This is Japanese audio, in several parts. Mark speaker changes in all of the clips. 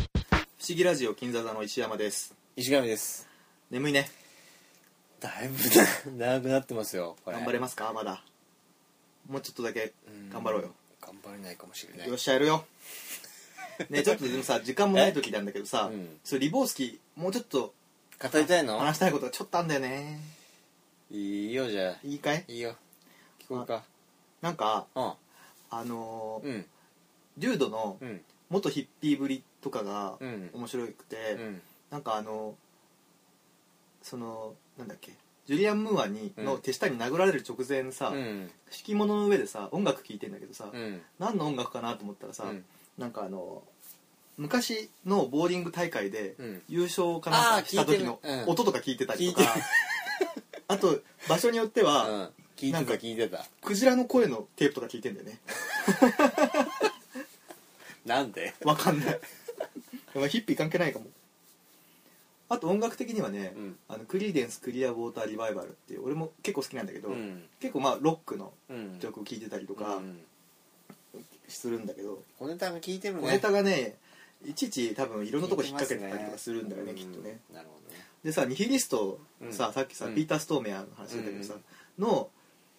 Speaker 1: 不思議ラジオ金座座の石山です
Speaker 2: 石上です
Speaker 1: 眠いね
Speaker 2: だいぶ長くなってますよこれ
Speaker 1: 頑張れますかまだもうちょっとだけ
Speaker 2: うん
Speaker 1: 頑張ろうよ、
Speaker 2: 頑張れないかもしれない
Speaker 1: よっしゃやるよねちょっとでも さ時間もない時なんだけどさ、
Speaker 2: うん
Speaker 1: そうリボウスキーもうちょっと
Speaker 2: 語りたいの
Speaker 1: 話したいことがちょっとあんだよね
Speaker 2: いいよじゃあ
Speaker 1: いいかい
Speaker 2: いいよ聞こうか
Speaker 1: なんか
Speaker 2: うん
Speaker 1: あのー
Speaker 2: うん
Speaker 1: 重度の
Speaker 2: うん
Speaker 1: 元ヒッピーぶりとかが
Speaker 2: うん
Speaker 1: 面白くて、
Speaker 2: うん
Speaker 1: なんかあのそのなんだっけジュリアン・ムーアにの
Speaker 2: うん
Speaker 1: 手下に殴られる直前さ、
Speaker 2: うん
Speaker 1: 敷物の上でさ音楽聴いてんだけどさ、
Speaker 2: うん
Speaker 1: 何の音楽かなと思ったらさ、
Speaker 2: うん
Speaker 1: なんかあの昔のボーリング大会で
Speaker 2: うん
Speaker 1: 優勝かなんか
Speaker 2: あー
Speaker 1: した時の
Speaker 2: 聞いてるうん
Speaker 1: 音とか聞いてたりとか
Speaker 2: 聞い
Speaker 1: あと場所によっては、
Speaker 2: うん聞い
Speaker 1: な
Speaker 2: て
Speaker 1: ん
Speaker 2: た
Speaker 1: か
Speaker 2: 聞いてた
Speaker 1: クジラの声のテープとか聞いてんだよね
Speaker 2: なんで
Speaker 1: わかんない まあヒッピー関係ないかもあと音楽的にはね、
Speaker 2: うん
Speaker 1: あのクリーデンス・クリア・ウォーター・リバイバルっていう俺も結構好きなんだけど、
Speaker 2: うん
Speaker 1: 結構まあロックの
Speaker 2: うん
Speaker 1: 曲を聴いてたりと
Speaker 2: と
Speaker 1: かするんだけど、
Speaker 2: 小ネタが聞いてるね
Speaker 1: 小ネタがねいちいち多分いろんなとこ引っ掛けてたりと
Speaker 2: 聞いて
Speaker 1: か
Speaker 2: ます
Speaker 1: るんだよねきっとね
Speaker 2: うんなるほどね
Speaker 1: でさニヒリストさ、
Speaker 2: うん
Speaker 1: さっきさ、
Speaker 2: うん
Speaker 1: ピーター・ストーメアの話だったけどさ、の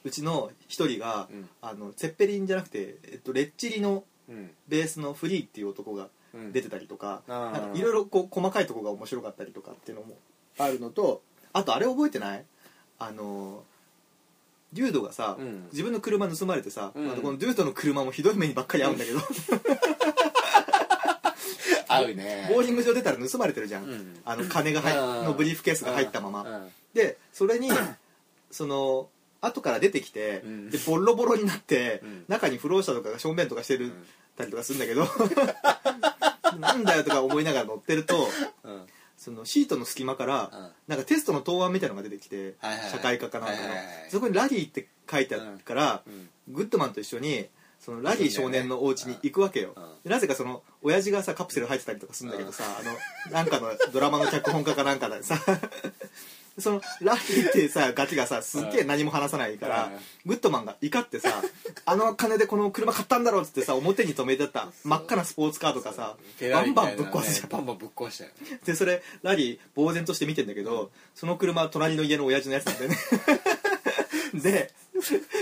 Speaker 1: うちの一人が、
Speaker 2: うん
Speaker 1: あのツェッペリンじゃなくて、えっと、レッチリの
Speaker 2: うん
Speaker 1: ベースのフリーっていう男が
Speaker 2: うん
Speaker 1: 出てたりとか,、
Speaker 2: うん
Speaker 1: なんかいろいろこう細かいとこが面白かったりとかっていうのもあるのとあとあれ覚えてないあのデュードがさ、
Speaker 2: うん
Speaker 1: 自分の車盗まれてさ、
Speaker 2: うん
Speaker 1: あとこのデュードの車もひどい目にばっかり遭うんだけど、
Speaker 2: 合うね
Speaker 1: ボーリング場出たら盗まれてるじゃん、
Speaker 2: うん
Speaker 1: あの金が入
Speaker 2: うん
Speaker 1: のブリーフケースが入ったまま、
Speaker 2: うん
Speaker 1: でそれに その後から出てきて、
Speaker 2: うん
Speaker 1: でボロボロになって、
Speaker 2: うん
Speaker 1: 中に不老者とかが正面とかしてる、
Speaker 2: うん
Speaker 1: たりとかするんだけど なんだよとか思いながら乗ってると
Speaker 2: うん
Speaker 1: そのシートの隙間から、
Speaker 2: うん
Speaker 1: なんかテストの答案みたいのが出てきて、
Speaker 2: はいはいはい
Speaker 1: 社会科かなんかの、
Speaker 2: はいはいはい
Speaker 1: そこに「ラリー」って書いてあるから、
Speaker 2: うん
Speaker 1: グッドマンと一緒にそのラリー少年のお家に行くわけよ、
Speaker 2: うんうん
Speaker 1: でなぜかその親父がさカプセル入ってたりとかするんだけどさ、あのなんかのドラマの脚本家かなんかでさ そのラリーってさガキがさすっげえ何も話さないから、
Speaker 2: うん
Speaker 1: グッドマンが怒ってさ「あの金でこの車買ったんだろ」っつってさ表に止めてた真っ赤なスポーツカーとかさ
Speaker 2: フェラ
Speaker 1: バ
Speaker 2: ー
Speaker 1: ン
Speaker 2: リみた
Speaker 1: バ
Speaker 2: い
Speaker 1: ン
Speaker 2: な
Speaker 1: ぶ
Speaker 2: ね
Speaker 1: っ壊すじゃん
Speaker 2: バンバンぶっ壊したよ
Speaker 1: でそれラリー呆然として見てんだけど、その車は隣の家の親父のやつなんだよね で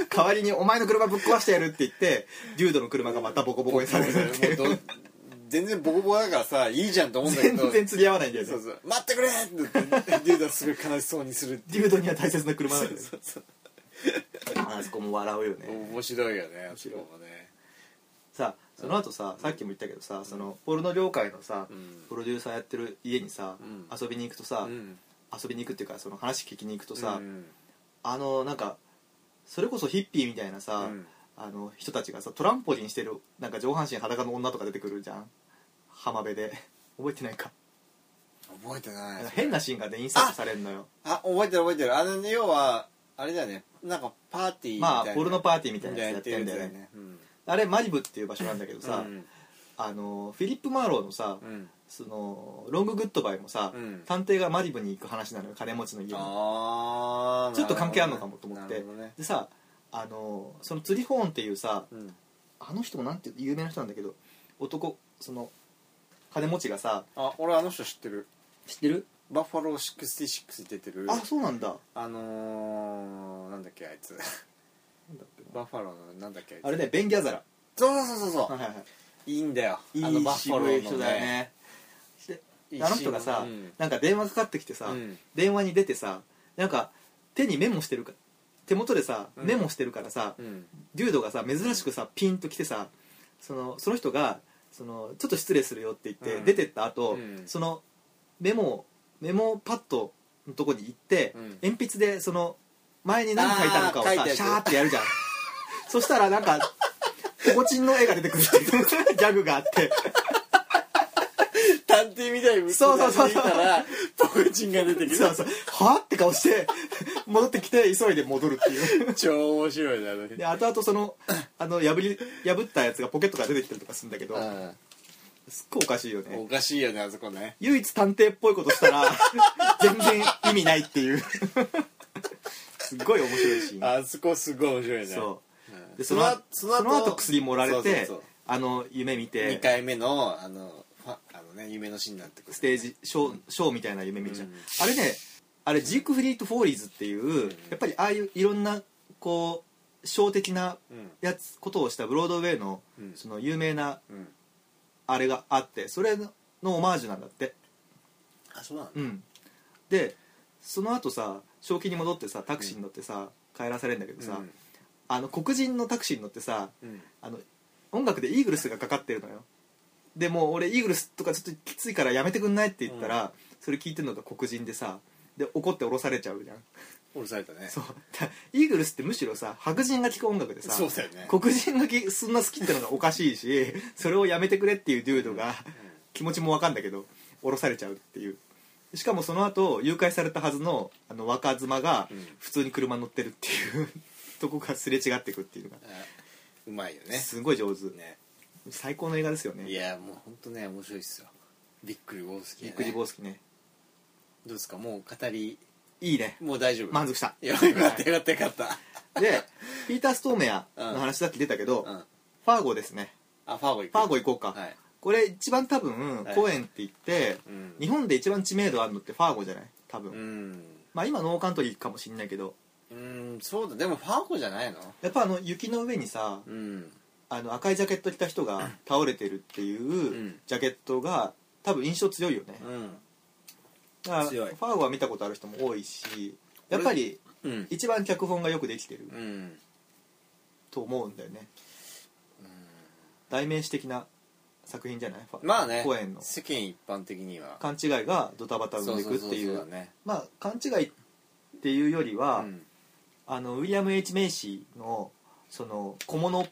Speaker 1: 代わりに「お前の車ぶっ壊してやる」って言ってデュードの車がまたボコボコにされるっていう
Speaker 2: もうど全然ボコボコだからさいいじゃんと思うんだけ
Speaker 1: 全
Speaker 2: ど
Speaker 1: 然釣り合わないんだよね
Speaker 2: そうそう待ってくれって言ってデューダすごい悲しそうにするって
Speaker 1: デュードには大切な車なんだよね
Speaker 2: そうそう
Speaker 1: あそこも笑うよね、
Speaker 2: 面白いよね
Speaker 1: 面白い
Speaker 2: あそこもね
Speaker 1: さその後ささっきも言ったけどさそのポルノ業界のさ、
Speaker 2: うん
Speaker 1: プロデューサーやってる家にさ、
Speaker 2: うん
Speaker 1: 遊びに行くとさ、
Speaker 2: うん
Speaker 1: 遊びに行くっていうかその話聞きに行くとさ、
Speaker 2: うん
Speaker 1: あのなんかそれこそヒッピーみたいなさ、
Speaker 2: うん
Speaker 1: あの人たちがさトランポリンしてるなんか上半身裸の女とか出てくるじゃん浜辺で覚えてないか
Speaker 2: 覚えてない
Speaker 1: 変なシーンがねインサートされるのよ
Speaker 2: あ覚えてる覚えてるあの要はあれだよねなんかパーティーみたい
Speaker 1: ま
Speaker 2: な
Speaker 1: あポルノパーティーみ
Speaker 2: み
Speaker 1: た
Speaker 2: た
Speaker 1: い
Speaker 2: い
Speaker 1: な
Speaker 2: な
Speaker 1: やつや
Speaker 2: やっ
Speaker 1: ってて
Speaker 2: る
Speaker 1: んだよ
Speaker 2: んだよ
Speaker 1: ね
Speaker 2: ねうん
Speaker 1: あれマリブっていう場所なんだけどさ、
Speaker 2: うん
Speaker 1: あのフィリップ・マーローのさ、
Speaker 2: うん
Speaker 1: そのロング・グッドバイもさ、
Speaker 2: うん
Speaker 1: 探偵がマリブに行く話なのよ金持ちの家に
Speaker 2: あー
Speaker 1: ちょっと関係あるの
Speaker 2: な
Speaker 1: か
Speaker 2: ほ
Speaker 1: もと
Speaker 2: ど
Speaker 1: 思っ
Speaker 2: な
Speaker 1: て、
Speaker 2: るほどね
Speaker 1: でさあのそのツリホーンっていうさ
Speaker 2: うん
Speaker 1: あの人もなんていう有名な人なんだけど男その金持ちがさ
Speaker 2: あ俺あの人知ってる
Speaker 1: 知ってる
Speaker 2: バッファロー66に出てる
Speaker 1: あそうなんだ
Speaker 2: あのー、なんだっけあいつ
Speaker 1: なんだっけな
Speaker 2: バッファローのなんだっけあいつ
Speaker 1: あれねベンギャザラ
Speaker 2: そうそうそうそう、
Speaker 1: はいはいはい
Speaker 2: い、いんだよ
Speaker 1: い
Speaker 2: あの
Speaker 1: い
Speaker 2: バッファロ
Speaker 1: 渋い
Speaker 2: ーの
Speaker 1: 人だよねで
Speaker 2: いい
Speaker 1: あの人がさ、
Speaker 2: うん
Speaker 1: なんか電話かかってきてさ、
Speaker 2: うん
Speaker 1: 電話に出てさなんか手にメモしてるか手元でさ、
Speaker 2: うん
Speaker 1: メモしてるからさ、
Speaker 2: うん
Speaker 1: デュードがさ珍しくさピンと来てさそのその人がその「ちょっと失礼するよ」って言って、
Speaker 2: うん
Speaker 1: 出てった後、
Speaker 2: うん
Speaker 1: そのメモメモパッドのとこに行って、
Speaker 2: うん
Speaker 1: 鉛筆でその前に何書いたのかを
Speaker 2: あー書い
Speaker 1: さ
Speaker 2: たやつ
Speaker 1: シャーってやるじゃんそしたらなん かおこちんの絵が出てくるっていう ギャグがあって
Speaker 2: 探偵みたいに
Speaker 1: そうそうそう
Speaker 2: 見たらポコチンが出てき
Speaker 1: そ
Speaker 2: た
Speaker 1: うそうはって顔して戻ってきて急いで戻るっていう
Speaker 2: 超面白いねあの人
Speaker 1: で後々そのあの破り破ったやつがポケットから出てきたりとかするんだけど、すっごいおかしいよ
Speaker 2: うん、お
Speaker 1: ね
Speaker 2: かしいよねあそこね
Speaker 1: 唯一探偵っぽいことしたら全然意味ないっていうすっごい面白いシーン
Speaker 2: あそこすごい面白いね
Speaker 1: そう、
Speaker 2: うん
Speaker 1: でその後
Speaker 2: その後
Speaker 1: その後薬盛られて
Speaker 2: そうそうそう
Speaker 1: あの夢見て
Speaker 2: 2回目のあのファあののね夢のシーンになってくる
Speaker 1: ステージショーショーみたいな夢見るじゃん、
Speaker 2: うん
Speaker 1: あれねあれジークフリート・フォーリーズっていう、
Speaker 2: ん
Speaker 1: やっぱりああいういろんなこうショー的な
Speaker 2: うん
Speaker 1: やつことをしたブロードウェイの
Speaker 2: うん
Speaker 1: その有名な
Speaker 2: うん
Speaker 1: あれがあってそれのオマージュなんだって
Speaker 2: あそうなんだ
Speaker 1: うんでその後さ正気に戻ってさタクシーに乗ってさ帰らされるんだけどさ、あの黒人のタクシーに乗ってさ
Speaker 2: うんうん
Speaker 1: あの音楽でイーグルスがかかってるのよでもう俺イーグルスとかちょっときついからやめてくんないって言ったら、それ聞いてるのが黒人でさで怒って降ろされちゃうじゃん
Speaker 2: 降ろされたね
Speaker 1: そうだイーグルスってむしろさ白人が聴く音楽でさ
Speaker 2: そうだよね
Speaker 1: 黒人がきそんな好きってのがおかしいしそれをやめてくれっていうデュードが気持ちもわかんだけど降ろされちゃうっていうしかもその後誘拐されたはずのあの若妻が
Speaker 2: うん
Speaker 1: 普通に車乗ってるっていうとこがすれ違ってくっていうのが
Speaker 2: あうまいよね
Speaker 1: すごい上手
Speaker 2: ね
Speaker 1: 最高の映画ですよね
Speaker 2: いやもう本当ね面白いっすよびっくりボースキー
Speaker 1: び
Speaker 2: ね
Speaker 1: っくり坊主ね
Speaker 2: どうですかもう語り
Speaker 1: いいね
Speaker 2: もう大丈夫
Speaker 1: 満足した
Speaker 2: いやよかったよかったよかった
Speaker 1: でピーター・ストーメアの話さっき出たけど、
Speaker 2: う
Speaker 1: フ
Speaker 2: ん
Speaker 1: ァーゴですね
Speaker 2: あファーゴ行く
Speaker 1: ファーゴ行こうか、
Speaker 2: はい
Speaker 1: これ一番多分
Speaker 2: はい
Speaker 1: 公演って言って、
Speaker 2: うん
Speaker 1: 日本で一番知名度あるのってファーゴじゃない多分、
Speaker 2: うん
Speaker 1: まあ今ノーカントリーかもしんないけど
Speaker 2: うんそうだでもファーゴじゃないの
Speaker 1: やっぱあの雪の上にさ
Speaker 2: うん
Speaker 1: あの赤いジャケット着た人が倒れてるっていうんジャケットが多分印象強いよね、
Speaker 2: うん
Speaker 1: だからフ
Speaker 2: 強い
Speaker 1: ァーゴは見たことある人も多いしやっぱり
Speaker 2: うん
Speaker 1: 一番脚本がよくできてる
Speaker 2: うん
Speaker 1: と思うんだよね代名詞的な作品じゃないファ
Speaker 2: まあね
Speaker 1: 公演の
Speaker 2: 世間一般的には
Speaker 1: 勘違いがドタバタ生んでいくってい
Speaker 2: そうそうそうそう
Speaker 1: う
Speaker 2: だね
Speaker 1: まあ勘違いっていうよりは、
Speaker 2: うん
Speaker 1: あのウィリアム・ H ・メイシーのその小物っ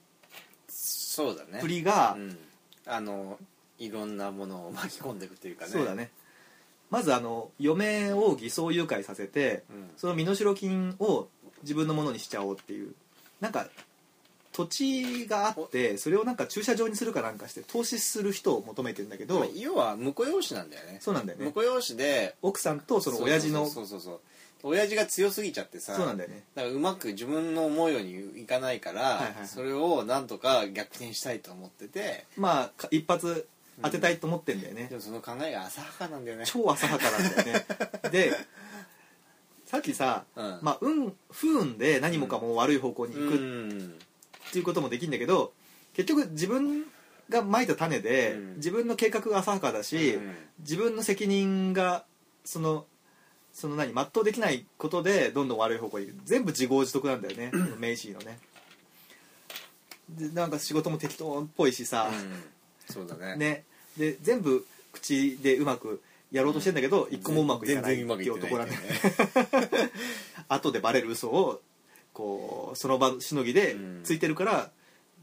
Speaker 2: そうだね
Speaker 1: ぷりが、
Speaker 2: うんあのいろんなものを巻き込んでいくというかね
Speaker 1: そうだねまずあの嫁を偽装誘拐させて
Speaker 2: うん
Speaker 1: その身代金を自分のものにしちゃおうっていうなんか土地があってそれをなんか駐車場にするかなんかして投資する人を求めてるんだけど
Speaker 2: まあ要は婿養子なんだよね
Speaker 1: そうなんだよね
Speaker 2: 婿養子で
Speaker 1: 奥さんとその親父のそ
Speaker 2: そうそうそうそう親父が強すぎちゃってさ
Speaker 1: うなんだよね
Speaker 2: だからうまく自分の思うようにいかないから、
Speaker 1: はいはいはい
Speaker 2: それをなんとか逆転したいと思ってて
Speaker 1: まあか一発当てたいと思ってんだよね
Speaker 2: でもその考えが浅はかなんだよね
Speaker 1: 超浅はかなんだよ ねでさっきさ、
Speaker 2: うん
Speaker 1: まあ、運不運で何もかも悪い方向に行
Speaker 2: う
Speaker 1: く
Speaker 2: ん
Speaker 1: っていうこともできるんだけど結局自分がまいた種で、
Speaker 2: うん
Speaker 1: 自分の計画が浅はかだし、
Speaker 2: うん
Speaker 1: 自分の責任がそのその何全うできないことでどんどん悪い方向に行く全部自業自得なんだよねメイシーのねでなんか仕事も適当っぽいしさ、
Speaker 2: うんそうだね
Speaker 1: ねで全部口でうまくやろうとしてんだけど、一個もうまくいかないって
Speaker 2: 全然うまく
Speaker 1: い
Speaker 2: いうってな
Speaker 1: 男な
Speaker 2: い
Speaker 1: んだよ
Speaker 2: ね
Speaker 1: 後でバレる嘘をこうその場しのぎで
Speaker 2: うん
Speaker 1: ついてるから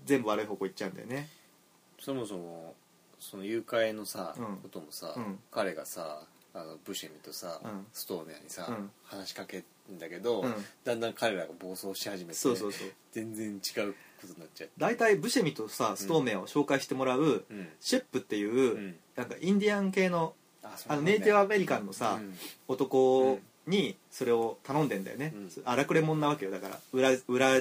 Speaker 1: 全部悪い方向行っちゃうんだよね
Speaker 2: そもそもその誘拐のさ、
Speaker 1: うん
Speaker 2: こともさ、
Speaker 1: うん
Speaker 2: 彼がさあのブシェミとさ、
Speaker 1: うん
Speaker 2: ストーメアにさ、
Speaker 1: うん
Speaker 2: 話しかけるんだけど、
Speaker 1: うん
Speaker 2: だんだん彼らが暴走し始めて
Speaker 1: そうそうそう
Speaker 2: 全然違うことになっちゃって、
Speaker 1: 大体ブシェミとさストーメンを紹介してもらう
Speaker 2: うん
Speaker 1: シェップっていう、
Speaker 2: うん
Speaker 1: なんかインディアン系の
Speaker 2: あそう
Speaker 1: あ
Speaker 2: なんだ
Speaker 1: のネイティブアメリカンのさ、
Speaker 2: うん
Speaker 1: 男にそれを頼んでんだよね、
Speaker 2: うん
Speaker 1: 荒くれ者なわけよだから裏裏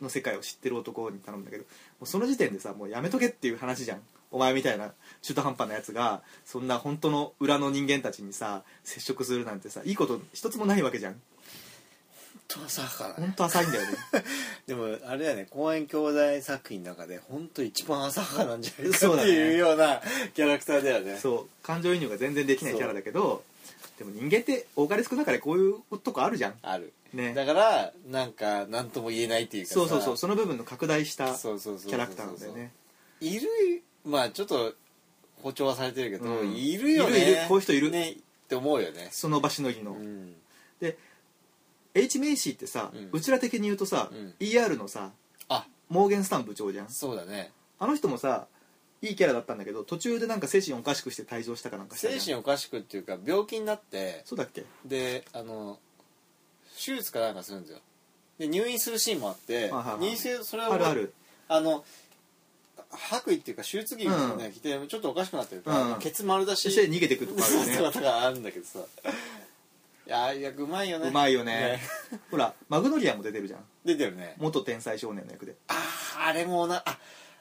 Speaker 1: の世界を知ってる男に頼んだけどもうその時点でさもうやめとけっていう話じゃんお前みたいな中途半端なやつがそんな本当の裏の人間たちにさ接触するなんてさいいこと一つもないわけじゃん
Speaker 2: 本当浅はかだね
Speaker 1: 本当浅いんだよね
Speaker 2: でもあれだよね公演兄弟作品の中で本当一番浅はかなんじゃないか
Speaker 1: そう
Speaker 2: っ
Speaker 1: だ
Speaker 2: て
Speaker 1: ね
Speaker 2: いうようなキャラクターだよね
Speaker 1: そう感情移入が全然できないキャラだけどでも人間って多かれ少なかれこういうとこあるじゃん
Speaker 2: ある
Speaker 1: ね
Speaker 2: だからなんか何とも言えないっていうかさ
Speaker 1: そうそうそうその部分の拡大したキ
Speaker 2: そうそうそうそ
Speaker 1: ャ
Speaker 2: う
Speaker 1: ラクターなんだよね
Speaker 2: いるまあちょっと誇張はされてるけど、
Speaker 1: うん
Speaker 2: いるよね
Speaker 1: いるいるこういう人いる
Speaker 2: ねって思うよね
Speaker 1: その場しのぎの、
Speaker 2: うん、
Speaker 1: H 名詞ってさ、
Speaker 2: う
Speaker 1: うんちら的に言うとさ、
Speaker 2: うん
Speaker 1: ER のさ
Speaker 2: あ
Speaker 1: モーゲンスタン部長じゃん
Speaker 2: そうだね
Speaker 1: あの人もさいいキャラだったんだけど途中でなんか精神おかしくして退場したかなんかしたじゃ
Speaker 2: 精
Speaker 1: ん
Speaker 2: 神おかしくっていうか病気になって
Speaker 1: そうだっけ
Speaker 2: であの手術かなんかするんですよで入院するシーンもあっ
Speaker 1: は
Speaker 2: て
Speaker 1: いはい
Speaker 2: 入院するそれは
Speaker 1: あるある
Speaker 2: あの白衣っていうか手術着みたいなのね着てちょっとおかしくなってるから、
Speaker 1: うん
Speaker 2: ケツ丸出し
Speaker 1: そして逃げてくるとかあるよね
Speaker 2: そうそうだからあるんだけどさいやいやうまいよね
Speaker 1: うまいよねほらマグノリアも出てるじゃん
Speaker 2: 出てるね
Speaker 1: 元天才少年の役で
Speaker 2: あーあれもなあ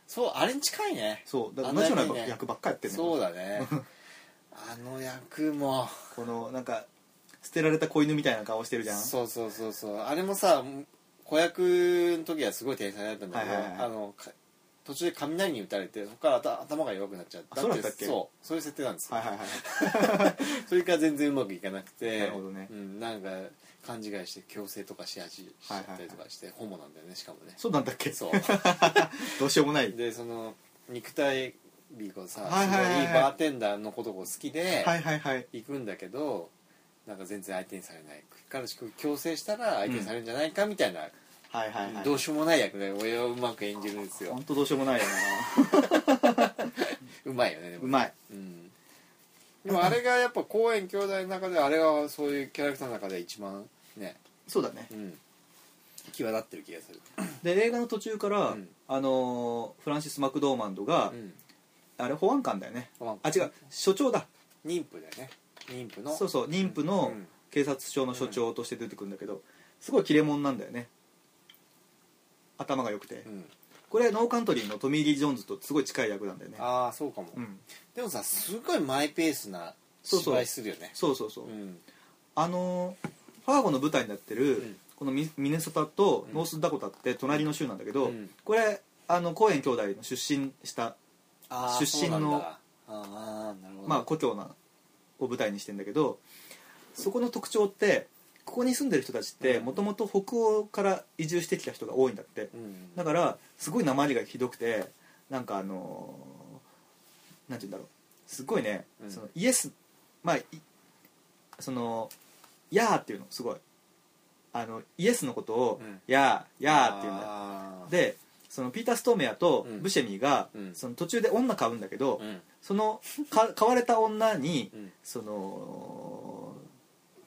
Speaker 2: そうあれに近いね
Speaker 1: そうだから
Speaker 2: あんな
Speaker 1: 同じような
Speaker 2: にね
Speaker 1: 役ばっかやってる
Speaker 2: そうだねあの役も
Speaker 1: このなんか捨てられた子犬みたいな顔してるじゃん
Speaker 2: そうそうそうそうあれもさ子役の時はすごい天才だったんだけど、
Speaker 1: はいはいはい
Speaker 2: あのか途中で雷に打たれてそこから頭頭が弱くなっちゃった
Speaker 1: あそうだったっけ
Speaker 2: そうそういう設定なんですよ、
Speaker 1: はいはいはい
Speaker 2: それから全然うまくいかなくて
Speaker 1: なるほどね
Speaker 2: うん、なんか勘違いして強制とかし始しちゃったりとかして、ホモなんだよねしかも ね
Speaker 1: そうなんだっけ
Speaker 2: そう
Speaker 1: どうしようもない
Speaker 2: でその肉体美がさ、
Speaker 1: はいはいはいはい
Speaker 2: すごいバーテンダーのことが好きで
Speaker 1: はいはいはい
Speaker 2: 行くんだけど、なんか全然相手にされない彼氏強制したら相手にされるんじゃないかみたいな、
Speaker 1: はいはいはい
Speaker 2: どうしようもない役で俺をうまく演じるんですよ
Speaker 1: 本当どうしようもないよ
Speaker 2: うまいよねで
Speaker 1: な
Speaker 2: も
Speaker 1: うまい
Speaker 2: うんでもあれがやっぱ公演兄弟の中であれがそういうキャラクターの中で一番ね
Speaker 1: そうだね
Speaker 2: うん際立ってる気がする
Speaker 1: で映画の途中から、
Speaker 2: うん
Speaker 1: あのーフランシス・マクドーマンドが、
Speaker 2: うん
Speaker 1: あれ保安官だよね
Speaker 2: あ
Speaker 1: あ違う所長だ
Speaker 2: 妊婦だよね妊婦の
Speaker 1: そうそう妊婦の
Speaker 2: うん
Speaker 1: 警察署の署長として出てくるんだけどすごい切れ者なんだよね頭が良くて、
Speaker 2: うん
Speaker 1: これノーカントリーのトミー・リー・ジョーンズとすごい近い役なんだよね
Speaker 2: ああそうかも、
Speaker 1: うん
Speaker 2: でもさすごいマイペースな芝居するよね
Speaker 1: そうそうそうう、
Speaker 2: ん
Speaker 1: あのーファーゴの舞台になってる、
Speaker 2: うん
Speaker 1: このミミネソタとノースダコタって隣の州なんだけど、
Speaker 2: うん
Speaker 1: これあのコーエン兄弟の出身した、
Speaker 2: あー
Speaker 1: 出身の
Speaker 2: そうなんだあーなるほど
Speaker 1: まあ、故郷なを舞台にしてんだけどそこの特徴ってここに住んでる人たちって
Speaker 2: うん
Speaker 1: もともと北欧から移住してきた人が多いんだって
Speaker 2: うん
Speaker 1: だからすごい訛りがひどくてなんかあのーなんて言うんだろうすごいね、
Speaker 2: うん
Speaker 1: そのイエスまあいその「やー」っていうのすごいあのイエスのことを
Speaker 2: うん
Speaker 1: 「やー」やー」っていうんだよ
Speaker 2: あー
Speaker 1: でそのピーター・ストーメアと
Speaker 2: うん
Speaker 1: ブシェミーが、
Speaker 2: うん
Speaker 1: その途中で女買うんだけど、
Speaker 2: うん
Speaker 1: そのか買われた女に
Speaker 2: うん
Speaker 1: その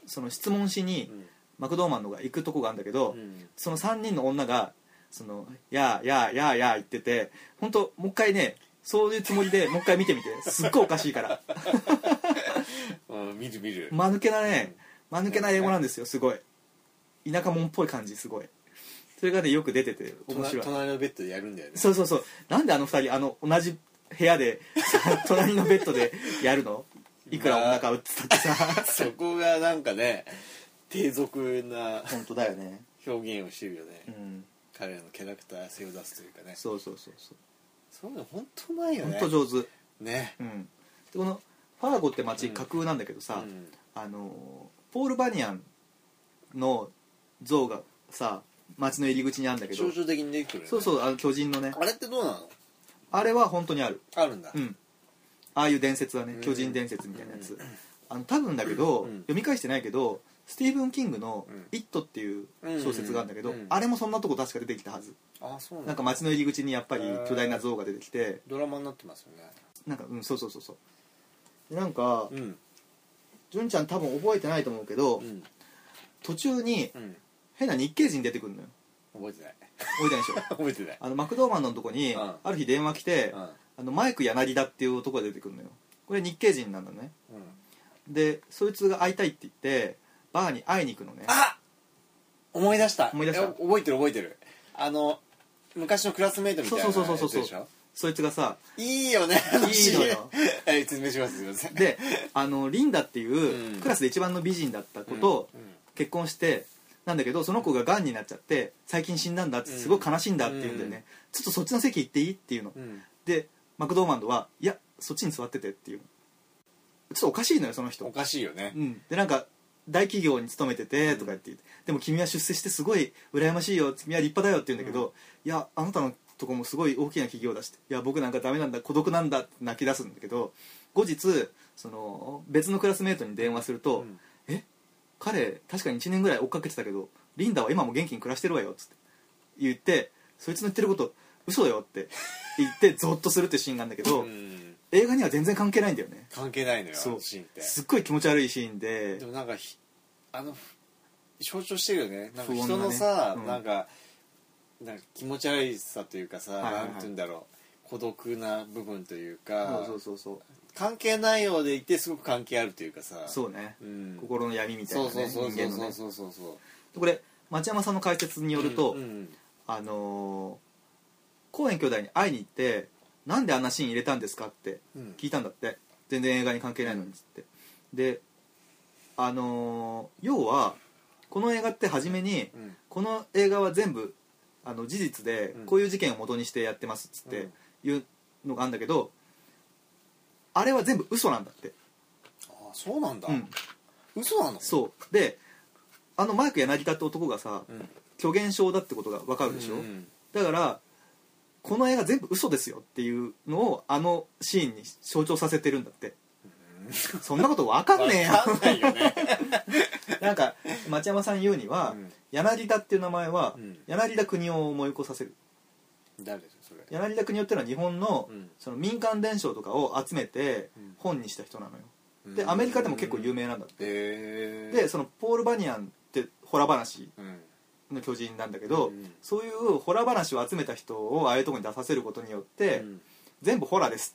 Speaker 1: その質問しに
Speaker 2: うん
Speaker 1: マクドーマンのが行くとこがあるんだけど、
Speaker 2: うん
Speaker 1: その3人の女が「そのやあやあやあやあ」言ってて本当もう一回ねそういうつもりでもう一回見てみてすっごいおかしいから
Speaker 2: うん見る見る
Speaker 1: 間抜けなね間抜けな英語なんですよすごい田舎者っぽい感じすごいそれがねよく出てて面白
Speaker 2: 隣
Speaker 1: い
Speaker 2: 隣のベッドでやるんだよね
Speaker 1: そうそうそうなんであの2人あの同じ部屋でその隣のベッドでやるのいくら女買うっつったってさ
Speaker 2: そこがなんかね低俗な
Speaker 1: 本当だよね
Speaker 2: 表現をしてるよね、
Speaker 1: うん
Speaker 2: 彼らのキャラクター性を出すというかね
Speaker 1: そうそうそうそう
Speaker 2: そういうの本当うまいよ
Speaker 1: 本
Speaker 2: ね
Speaker 1: 当上手
Speaker 2: ね
Speaker 1: うんでこのファーゴって街架空なんだけどさ、
Speaker 2: うん
Speaker 1: あのポール・バニアンの像がさ街の入り口にあるんだけど
Speaker 2: 象徴的に出てくるよね
Speaker 1: そうそうあの巨人のね
Speaker 2: あれってどうなの
Speaker 1: あれは本当にある
Speaker 2: あるんだ、
Speaker 1: うんああいう伝説はね
Speaker 2: うん
Speaker 1: 巨人伝説みたいなやつあの多分だけど、
Speaker 2: うん
Speaker 1: 読み返してないけどスティーブン・キングの
Speaker 2: うん
Speaker 1: 「イット!」っていう小説があるんだけど、
Speaker 2: うん
Speaker 1: あれもそんなとこ確か出てきたはず
Speaker 2: ああそうなんだ
Speaker 1: なんか街の入り口にやっぱり巨大な像が出てきて
Speaker 2: ドラマになってますよね
Speaker 1: なんかうんそうそうそうそうでなんか
Speaker 2: うん
Speaker 1: 純ちゃん多分覚えてないと思うけど
Speaker 2: うん
Speaker 1: 途中に
Speaker 2: うん
Speaker 1: 変な日系人出てくるのよ
Speaker 2: 覚えてない
Speaker 1: 覚えてないでしょ
Speaker 2: 覚えてない
Speaker 1: あのマクドーマンのとこに
Speaker 2: うん
Speaker 1: ある日電話来て、
Speaker 2: うん
Speaker 1: あのマイク柳田っていう男が出てくるのよこれ日系人なんだね
Speaker 2: うん
Speaker 1: でそいつが会いたいって言ってバーに会いに行くのね
Speaker 2: あ思い出した
Speaker 1: 思い出した
Speaker 2: え覚えてる覚えてるあの昔のクラスメートみたいなやつ
Speaker 1: そうそうそうそうそう
Speaker 2: でしょ
Speaker 1: そいつがさ
Speaker 2: いいよね
Speaker 1: いいの よ
Speaker 2: はい説明しますすいません
Speaker 1: であのリンダっていう、
Speaker 2: うん
Speaker 1: クラスで一番の美人だった子と
Speaker 2: うん
Speaker 1: 結婚してなんだけどその子ががんになっちゃって最近死んだんだってすごい悲しいんだって言うんだよね、
Speaker 2: うん
Speaker 1: ちょっとそっちの席行っていいっていうの、
Speaker 2: うんうん
Speaker 1: でマクドーマンドはいやそっちに座っててっていうちょっとおかしいのよその人
Speaker 2: おかしいよね
Speaker 1: うん、でなんか大企業に勤めててとか言って、でも君は出世してすごい羨ましいよ君は立派だよって言うんだけど、いやあなたのとこもすごい大きな企業だしいや僕なんかダメなんだ孤独なんだって泣き出すんだけど後日その別のクラスメートに電話すると、
Speaker 2: うん
Speaker 1: え彼確かに1年ぐらい追っかけてたけどリンダは今も元気に暮らしてるわよっつって言ってそいつの言ってること嘘だよって言ってゾッとするってシーンがあるんだけど、
Speaker 2: うん
Speaker 1: 映画には全然関係ないんだよね
Speaker 2: 関係ないのよあ
Speaker 1: そう
Speaker 2: のシーンって
Speaker 1: すっごい気持ち悪いシーンで
Speaker 2: でもなんかひあの象徴してるよねなん
Speaker 1: 不
Speaker 2: か
Speaker 1: 穏なね
Speaker 2: 人のさ
Speaker 1: うん
Speaker 2: なんかなんか気持ち悪いさというかさ
Speaker 1: はいはいは
Speaker 2: ないんて言うんだろう孤独な部分というか
Speaker 1: そうそうそうそう
Speaker 2: 関係ないようでいてすごく関係あるというかさ
Speaker 1: そうね、
Speaker 2: うん
Speaker 1: 心の闇みたい
Speaker 2: そう
Speaker 1: な
Speaker 2: そう
Speaker 1: ね人
Speaker 2: そうそ
Speaker 1: 間
Speaker 2: う
Speaker 1: のね
Speaker 2: そうそうそう
Speaker 1: これ町山さんの解説によると、
Speaker 2: うんうん
Speaker 1: あのー、コーエン兄弟に会いに行ってなんであんなシーン入れたんですかって
Speaker 2: うん
Speaker 1: 聞いたんだって、全然映画に関係ないのにっつってであのー要はこの映画って初めに
Speaker 2: うん
Speaker 1: この映画は全部あの事実で
Speaker 2: うん
Speaker 1: こういう事件を元にしてやってますっつっ
Speaker 2: う
Speaker 1: て
Speaker 2: ん
Speaker 1: いうのがあるんだけどあれは全部嘘なんだって、
Speaker 2: あそうなんだ、
Speaker 1: うん、
Speaker 2: 嘘なの
Speaker 1: そうであのマーク柳田って男がさ
Speaker 2: うん
Speaker 1: 虚言症だってことが分かるでしょ、
Speaker 2: うんうん
Speaker 1: だからこの映画全部嘘ですよっていうのをあのシーンに象徴させてるんだってそんなこと分かんねえ
Speaker 2: わ
Speaker 1: よ
Speaker 2: かんないよね
Speaker 1: なんか町山さん言うには、
Speaker 2: うん
Speaker 1: 柳田っていう名前は、
Speaker 2: うん
Speaker 1: 柳田国男を思い起こさせる
Speaker 2: 誰ですそれ
Speaker 1: 柳田国男ってのは日本の,、
Speaker 2: うん
Speaker 1: その民間伝承とかを集めて
Speaker 2: うん
Speaker 1: 本にした人なのよでアメリカでも結構有
Speaker 2: 名
Speaker 1: 名なんだって、
Speaker 2: へえ
Speaker 1: でそのポール・バニアンってホラ話
Speaker 2: うん
Speaker 1: の巨人なんだけど、
Speaker 2: うん
Speaker 1: そういうホラ話を集めた人をああいうとこに出させることによって、
Speaker 2: うん
Speaker 1: 全部ホラです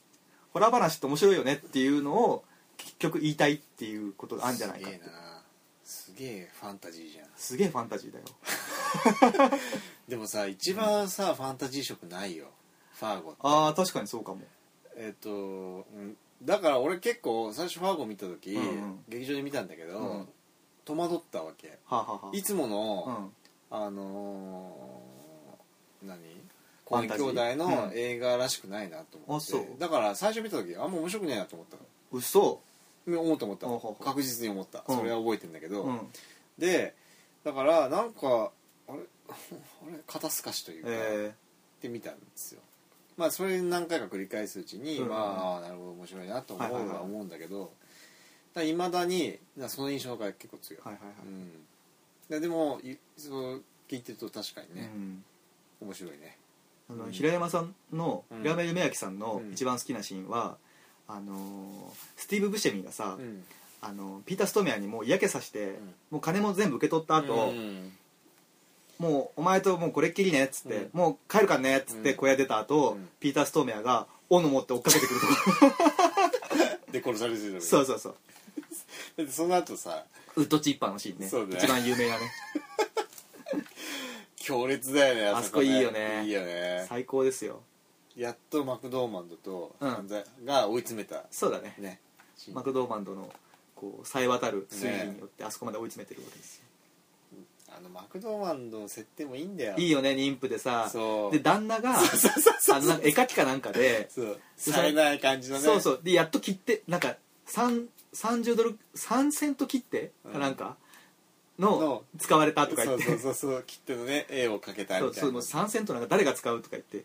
Speaker 1: ホラ話って面白いよねっていうのを結局言いたいっていうことがあるんじゃないかって
Speaker 2: すげえなすげえファンタジーじゃん
Speaker 1: すげえファンタジーだよ
Speaker 2: でもさ一番さ、ファンタジー色ないよファーゴって
Speaker 1: あー確かにそうかも
Speaker 2: えっ、とうんだから俺結構最初ファーゴ見た時、
Speaker 1: うんうん
Speaker 2: 劇場で見たんだけど、
Speaker 1: うん
Speaker 2: 戸惑ったわけ
Speaker 1: はあ、はあはい
Speaker 2: つも
Speaker 1: あ、
Speaker 2: の、
Speaker 1: うん
Speaker 2: あのー何
Speaker 1: ファ
Speaker 2: 公
Speaker 1: ン
Speaker 2: 園
Speaker 1: タ
Speaker 2: 兄
Speaker 1: ジー
Speaker 2: 弟
Speaker 1: う
Speaker 2: の
Speaker 1: ん
Speaker 2: 映画らしくないなと思って、
Speaker 1: あそう
Speaker 2: だから最初見た時あんま面白くないなと思った
Speaker 1: 嘘
Speaker 2: の思った思っ
Speaker 1: ほうほうほう
Speaker 2: た確実に思った、
Speaker 1: うん
Speaker 2: それは覚えてんだけど、
Speaker 1: うん
Speaker 2: でだからなんかあれ あれ肩透かしというか、
Speaker 1: え
Speaker 2: ってみたんですよまあそれ何回か繰り返すうちに、
Speaker 1: うん
Speaker 2: まあなるほど面白いなと思う
Speaker 1: はいはいはい
Speaker 2: は思うんだけどいま、だになその印象が結構強い、
Speaker 1: ー、はいはいはい、
Speaker 2: うんででもいそう聞いてると確かにね
Speaker 1: う、ん
Speaker 2: 面白いね
Speaker 1: あの
Speaker 2: うん
Speaker 1: 平山さんの、
Speaker 2: うん
Speaker 1: 平山夢明さんの
Speaker 2: うん
Speaker 1: 一番好きなシーンは、あのースティーブ・ブシェミがさ、
Speaker 2: うん
Speaker 1: あのピーター・ストメアにもう嫌気さして、
Speaker 2: ん
Speaker 1: もう金も全部受け取った後、
Speaker 2: うん
Speaker 1: もうお前ともうこれっきりね」っつって、
Speaker 2: うん
Speaker 1: もう帰るからね」っつって
Speaker 2: うん
Speaker 1: 小屋出た後、
Speaker 2: うん
Speaker 1: ピーター・ストーメアが斧持って追っかけてくるとこ
Speaker 2: で殺されてる
Speaker 1: そううそうそう
Speaker 2: だってその後さ
Speaker 1: ウッドチッパーのシーンね
Speaker 2: そうだね
Speaker 1: 一番有名なね
Speaker 2: 強烈だよね
Speaker 1: あそこいいよね
Speaker 2: いいよね
Speaker 1: 最高ですよ
Speaker 2: やっとマクドーマンドと
Speaker 1: うん
Speaker 2: 犯罪が追い詰めた、
Speaker 1: そうだね
Speaker 2: ね
Speaker 1: マクドーマンドのこうさえ渡る推理によってあそこまで追い詰めてるわけですよ、
Speaker 2: あのマクドーマンドの設定もいいんだよ
Speaker 1: いいよね妊婦でさ
Speaker 2: そう
Speaker 1: で旦那があのなんか絵描きかなんかで
Speaker 2: そう
Speaker 1: そ
Speaker 2: 冴えない感じのね
Speaker 1: そうそうでやっと切ってなんか3 30ドル3セント切ってかなんかの
Speaker 2: の
Speaker 1: 使われたとか言って
Speaker 2: そうそうそうそう切手のね絵をかけた
Speaker 1: そ
Speaker 2: み
Speaker 1: う
Speaker 2: た
Speaker 1: そ
Speaker 2: いう
Speaker 1: も
Speaker 2: な
Speaker 1: う3セントなんか誰が使うとか言って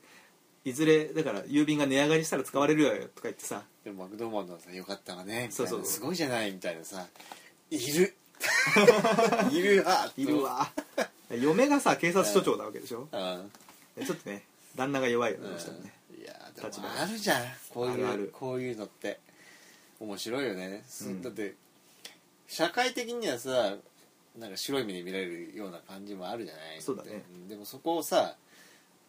Speaker 1: いずれだから郵便が値上がりしたら使われるよとか言ってさ
Speaker 2: でもマクドーマンドのさよかったわねみたいな
Speaker 1: そうそう
Speaker 2: すごいじゃないみたいなさい るいるわ
Speaker 1: いるわ 嫁がさ警察署長なわけでしょ
Speaker 2: うん
Speaker 1: ちょっとね旦那が弱いよ
Speaker 2: う
Speaker 1: ね
Speaker 2: ん
Speaker 1: どうしてもね
Speaker 2: いやでも
Speaker 1: 立場
Speaker 2: あるじゃんこういう
Speaker 1: あるある
Speaker 2: こういうのって面白いよね、す
Speaker 1: うん
Speaker 2: だって社会的にはさなんか白い目に見られるような感じもあるじゃない
Speaker 1: そうだね
Speaker 2: んでもそこをさ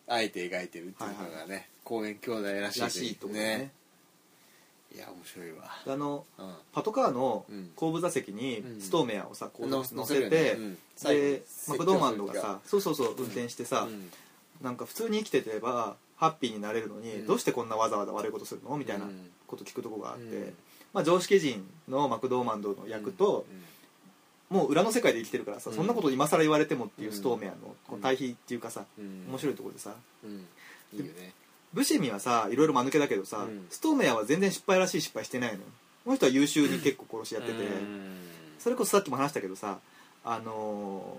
Speaker 2: あえて描いてるっていうのがね、公園兄弟らしい
Speaker 1: らしいとこだね
Speaker 2: いや面白いわ
Speaker 1: あの
Speaker 2: うん
Speaker 1: パトカーの
Speaker 2: うん
Speaker 1: 後部座席に
Speaker 2: うん
Speaker 1: ストーメアをさこう乗
Speaker 2: の
Speaker 1: せて
Speaker 2: うん最後
Speaker 1: でマクドーマンドがさそうそうそう運転して
Speaker 2: う
Speaker 1: さ
Speaker 2: ん
Speaker 1: なんか普通に生きててればハッピーになれるの
Speaker 2: う
Speaker 1: に
Speaker 2: ん
Speaker 1: どうしてこんなわざわざ悪いことするのみたいな
Speaker 2: うん
Speaker 1: こと聞くとこがあっ
Speaker 2: う
Speaker 1: て
Speaker 2: ん
Speaker 1: まあ常識人のマクドーマンドの役ともう裏の世界で生きてるからさ、
Speaker 2: うん
Speaker 1: そんなこと今更言われてもっていう
Speaker 2: うん
Speaker 1: ストーメアのこの対比っていうかさ、
Speaker 2: うん
Speaker 1: 面白いところでさ
Speaker 2: うんいいよね
Speaker 1: ブシェミはさいろいろ間抜けだけどさ、
Speaker 2: うん
Speaker 1: ストーメアは全然失敗らしい失敗してないのよこの人は優秀に結構殺しやってて、
Speaker 2: うん
Speaker 1: それこそさっきも話したけどさあの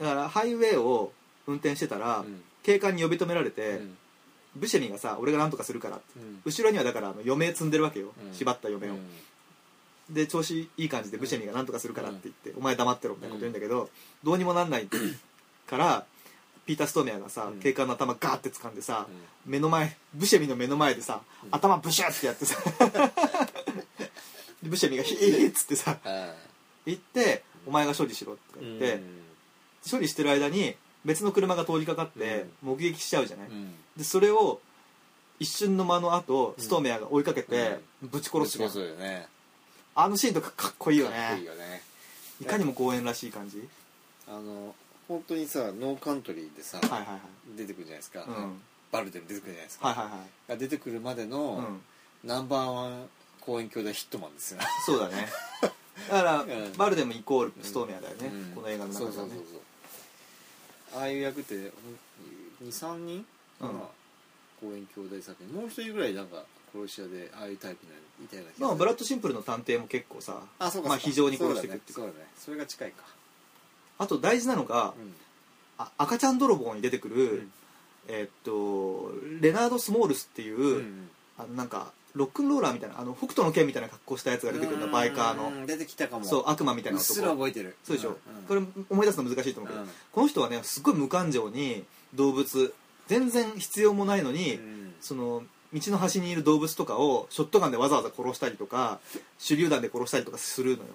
Speaker 1: ーだからハイウェイを運転してたら、
Speaker 2: うん
Speaker 1: 警官に呼び止められて、
Speaker 2: うん
Speaker 1: ブシェミがさ俺が何とかするからって
Speaker 2: うん
Speaker 1: 後ろにはだからあの余命積んでるわけよ、
Speaker 2: うん
Speaker 1: 縛った余命を、で調子いい感じでブシェミがなんとかするからって言って、お前黙ってろみたいなこと言うんだけど、どうにもなんないからピーター・ストーメアがさ、
Speaker 2: うん
Speaker 1: 警官の頭ガーって掴んでさ
Speaker 2: う、ん
Speaker 1: 目の前ブシェミの目の前でさ、頭ブシュッってやってさ でブシェミがヒーっつってさ
Speaker 2: あ
Speaker 1: 行って「お前が処理しろ」って
Speaker 2: ー
Speaker 1: 言って、
Speaker 2: うん
Speaker 1: 処理してる間に別の車が通りかかって目撃しちゃうじゃない、
Speaker 2: うん
Speaker 1: でそれを一瞬の間の後ストーメアが追いかけて、ぶち殺すじゃん
Speaker 2: ぶち殺すよね
Speaker 1: あのシーンとかかっこいいよね
Speaker 2: かっこいいよね
Speaker 1: いかにも公園らしい感じ
Speaker 2: あの本当にさノーカントリーでさ
Speaker 1: はいはいはい
Speaker 2: 出てくるじゃないですか
Speaker 1: うん
Speaker 2: バルデン出てくるじゃないです
Speaker 1: はい
Speaker 2: か
Speaker 1: はいはい
Speaker 2: が出てくるまで
Speaker 1: う
Speaker 2: の
Speaker 1: ん
Speaker 2: ナンバーワン公園兄弟ヒットマンですよね
Speaker 1: そうだねだから、
Speaker 2: うん
Speaker 1: バルデムイコールストーミアだよね、
Speaker 2: うん
Speaker 1: この映画の中
Speaker 2: そう
Speaker 1: で
Speaker 2: そ
Speaker 1: は
Speaker 2: う
Speaker 1: ね
Speaker 2: そうそうああいう役って23人
Speaker 1: うん
Speaker 2: かな公園兄弟作品もう一人ぐらいなんか殺し屋でああいうタイプのみたいな気がする
Speaker 1: まあブラッドシンプルの探偵も結構さ
Speaker 2: あそうか
Speaker 1: まあ
Speaker 2: そうか
Speaker 1: 非常に殺していくっていうか
Speaker 2: そうだねそうだねそれが近いか
Speaker 1: あと大事なのが、
Speaker 2: うん
Speaker 1: あ赤ちゃん泥棒に出てくる、
Speaker 2: うん
Speaker 1: えーっとレナード・スモールスっていう、
Speaker 2: うん
Speaker 1: あのなんかロックンローラーみたいなあの北斗の剣みたいな格好したやつが出てくるのバイカーの
Speaker 2: うん出てきたかも
Speaker 1: そう悪魔みたいうな
Speaker 2: っすら
Speaker 1: 男
Speaker 2: 覚えてる
Speaker 1: そうでしょ、
Speaker 2: ん
Speaker 1: これ思い出すの難しいと思うけど、
Speaker 2: うん
Speaker 1: この人はねすごい無感情に動物全然必要もないのに、
Speaker 2: うん
Speaker 1: その道の端にいる動物とかをショットガンでわざわざ殺したりとか手榴弾で殺したりとかするのよ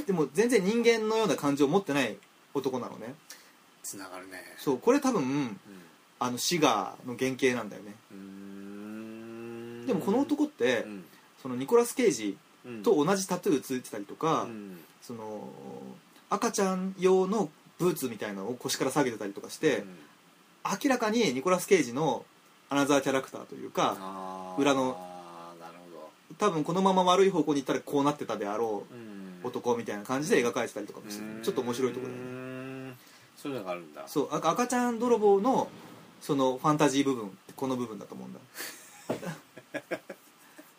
Speaker 2: うん
Speaker 1: でも全然人間のような感情を持ってない男なのね
Speaker 2: つながるね
Speaker 1: そうこれ多分
Speaker 2: うん
Speaker 1: あのシガーの原型なんだよね
Speaker 2: うーん
Speaker 1: でもこの男って、
Speaker 2: うん
Speaker 1: そのニコラス・ケイジ
Speaker 2: うん
Speaker 1: と同じタトゥーついてたりとか、
Speaker 2: うん
Speaker 1: その赤ちゃん用のブーツみたいなのを腰から下げてたりとかして、
Speaker 2: うん
Speaker 1: 明らかにニコラス・ケイジのアナザーキャラクターというか
Speaker 2: あー
Speaker 1: 裏の
Speaker 2: あーなるほど
Speaker 1: 多分このまま悪い方向に行ったらこうなってたであろ
Speaker 2: うん
Speaker 1: う男みたいな感じで描かれてたりとかもしてちょっと面白いところだよね
Speaker 2: ねそういうのがあるんだ
Speaker 1: そうあ赤ちゃん泥棒のそのファンタジー部分ってこの部分だと思うんだ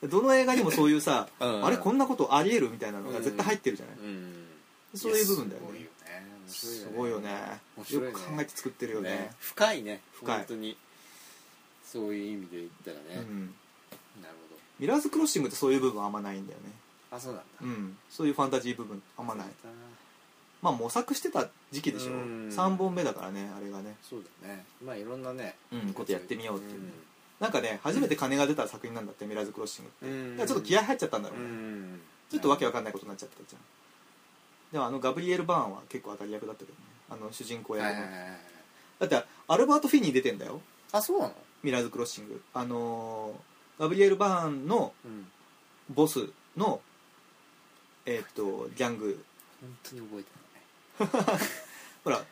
Speaker 1: どの映画にもそういうさ、
Speaker 2: うん
Speaker 1: あれこんなことありえるみたいなのが絶対入ってるじゃない、
Speaker 2: うん
Speaker 1: そういう部分だよね
Speaker 2: や
Speaker 1: す
Speaker 2: す
Speaker 1: ご
Speaker 2: ご
Speaker 1: い
Speaker 2: い
Speaker 1: よ
Speaker 2: よ
Speaker 1: ね
Speaker 2: ね
Speaker 1: よ
Speaker 2: 面白いね
Speaker 1: く考えて作ってるよね
Speaker 2: ね深いね
Speaker 1: 深い
Speaker 2: 本当にそういう意味で言ったら
Speaker 1: う
Speaker 2: ね
Speaker 1: ん、
Speaker 2: なるほど
Speaker 1: ミラーズクロッシングってそういう部分あんまないんだよね、
Speaker 2: あそうなんだ
Speaker 1: うん、そういうファンタジー部分あんまない
Speaker 2: そうだな
Speaker 1: まあ模索してた時期でしょ
Speaker 2: うん
Speaker 1: 3本目だからねあれがね
Speaker 2: そうだねまあいろんなね
Speaker 1: うんことやってみようっていうねなんかね初めて金が出た作品なんだってミラーズクロッシングって
Speaker 2: うん
Speaker 1: だからちょっと気合入っちゃったんだろ
Speaker 2: う
Speaker 1: うね
Speaker 2: ん
Speaker 1: ちょっとわけわかんないことになっちゃったじゃんでもあのガブリエル・バーンは結構当たり役だったけどねあの主人公役
Speaker 2: は
Speaker 1: の
Speaker 2: いはいはいはい
Speaker 1: だってアルバート・フィニー出てんだよ
Speaker 2: あそうなの
Speaker 1: ミラーズクロッシングあのーガブリエル・バーンの
Speaker 2: うん
Speaker 1: ボスのえーっとギャング
Speaker 2: 本当に覚えて
Speaker 1: ほら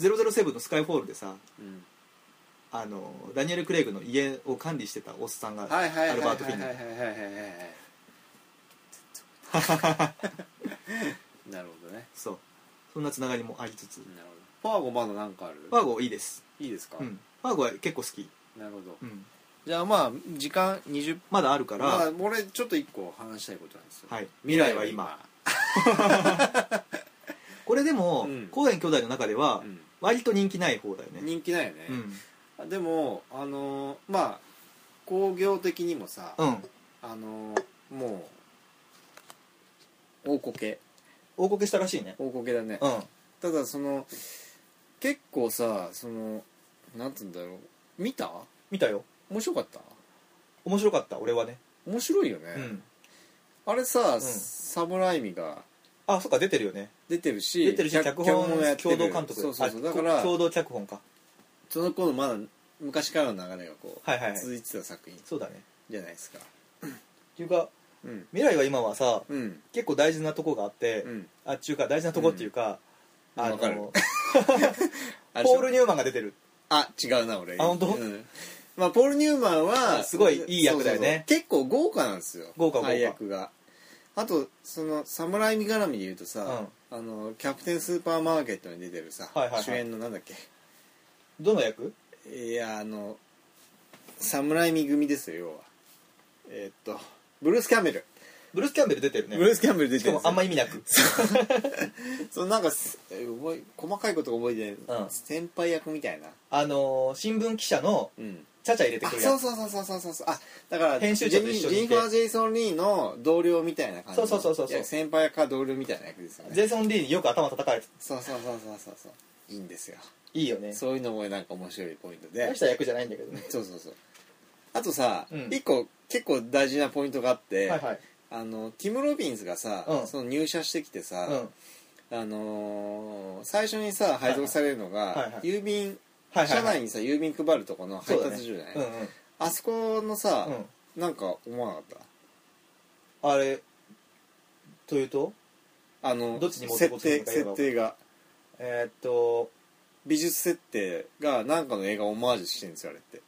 Speaker 1: 007のスカイフォールでさ
Speaker 2: ないね
Speaker 1: あのダニエル・クレイグの家を管理してたおっさんが
Speaker 2: はいはい
Speaker 1: ア
Speaker 2: はい
Speaker 1: ルバ
Speaker 2: はい
Speaker 1: ート・
Speaker 2: は
Speaker 1: フ
Speaker 2: い
Speaker 1: ィ
Speaker 2: はい
Speaker 1: ニ
Speaker 2: はい
Speaker 1: ー
Speaker 2: はいはいはい なるほどね
Speaker 1: そうそんなつながりもありつつ
Speaker 2: なるほどファーゴまだなんかある
Speaker 1: ファーゴいいです
Speaker 2: いいですか、
Speaker 1: うんファーゴは結構好き、
Speaker 2: なるほど
Speaker 1: うん、
Speaker 2: じゃあまあ時間20分
Speaker 1: まだあるから、
Speaker 2: まあ俺ちょっと一個話したいことなんですよ
Speaker 1: はい、未来は今これでも
Speaker 2: うん
Speaker 1: 公園兄弟の中では
Speaker 2: うん
Speaker 1: 割と人気ない方だよね
Speaker 2: 人気ないよ
Speaker 1: う
Speaker 2: ね、
Speaker 1: ん
Speaker 2: でもあのーまあ工業的にもさ、
Speaker 1: うん
Speaker 2: あのーもう大こけ
Speaker 1: 大こけしたらしいね
Speaker 2: 大こけだね、
Speaker 1: うん
Speaker 2: ただその結構さそのなんつうんだろう見た
Speaker 1: 見たよ
Speaker 2: 面白かった
Speaker 1: 面白かった俺はね
Speaker 2: 面白いよね、
Speaker 1: うん
Speaker 2: あれさ、
Speaker 1: ん
Speaker 2: サムライミが
Speaker 1: あそっか出てるよね
Speaker 2: 出てるし
Speaker 1: 出てるし脚本
Speaker 2: もやって
Speaker 1: 共
Speaker 2: る
Speaker 1: 同監督
Speaker 2: そうそうそう
Speaker 1: あ
Speaker 2: だから
Speaker 1: 共同脚本か
Speaker 2: その頃まだ昔からの流れがこう、
Speaker 1: はいはいはい
Speaker 2: 続いてた作品
Speaker 1: そうだね
Speaker 2: じゃないですか
Speaker 1: っていうか
Speaker 2: うん
Speaker 1: 未来は今はさ
Speaker 2: うん
Speaker 1: 結構大事なとこがあって、
Speaker 2: うん
Speaker 1: あっちゅうか大事なとこっていうか、
Speaker 2: うん
Speaker 1: あの
Speaker 2: わかる あれ
Speaker 1: ポール・ニューマンが出てる
Speaker 2: あ違うな俺
Speaker 1: あ本当
Speaker 2: うんまあポール・ニューマンは
Speaker 1: すごいいい役だよね
Speaker 2: そうそうそう結構豪華なんですよ
Speaker 1: 豪華豪華
Speaker 2: 配役があとその侍み絡みで言うとさ、あのキャプテンスーパーマーケットに出てるさ、
Speaker 1: はいはいはい
Speaker 2: 主演のなんだっけ
Speaker 1: どの役
Speaker 2: いやあの侍み組ですよ要はえーっとブルース・キャンベル、
Speaker 1: ブルース・キャンベル出てるね
Speaker 2: ブルース・キャンベル出
Speaker 1: してかも
Speaker 2: るんです
Speaker 1: あんま
Speaker 2: よ
Speaker 1: 意味なく
Speaker 2: そのなんかすえー覚え細かいことが覚えてない、
Speaker 1: うん
Speaker 2: 先輩役みたいな
Speaker 1: あのー新聞記者の
Speaker 2: うん
Speaker 1: ちゃちゃ入れて
Speaker 2: あ
Speaker 1: くる
Speaker 2: そ
Speaker 1: や
Speaker 2: う
Speaker 1: つ
Speaker 2: そうそうそうそうそうそうあだから
Speaker 1: 編集長と一緒にいて
Speaker 2: ジェニファー・ジェイソン・リーの同僚みたいな感じの
Speaker 1: そうそうそうそうそう
Speaker 2: いや先輩か同僚みたいな役ですよ
Speaker 1: ジェ
Speaker 2: ね
Speaker 1: イソン・リーによく頭叩かれて
Speaker 2: そうそうそうそうそうそういいんですよ
Speaker 1: いいよねそ
Speaker 2: そういうのもなんか面白いポイントで
Speaker 1: うした役じゃないんだけどね
Speaker 2: そうそうそうあとさ、
Speaker 1: うん
Speaker 2: 一個結構大事なポイントがあって、
Speaker 1: はいはい
Speaker 2: あのティム・ロビンスがさ、
Speaker 1: うん
Speaker 2: その入社してきて
Speaker 1: う
Speaker 2: さ、
Speaker 1: ん
Speaker 2: あのー最初にさ配属されるのが、
Speaker 1: いはいはいはい
Speaker 2: 郵便、
Speaker 1: はいは
Speaker 2: 社
Speaker 1: いは
Speaker 2: 内
Speaker 1: い
Speaker 2: にさ郵便配るとこの配達所じゃない、
Speaker 1: うんうん
Speaker 2: あそこのさ、
Speaker 1: うん
Speaker 2: なんか思わなかった
Speaker 1: あれというと
Speaker 2: あの
Speaker 1: どっちに持ってこ
Speaker 2: 設
Speaker 1: うとするのか
Speaker 2: 定設定が
Speaker 1: えーっと
Speaker 2: 美術設定がなんかの映画をオマージュしてるんですよあれって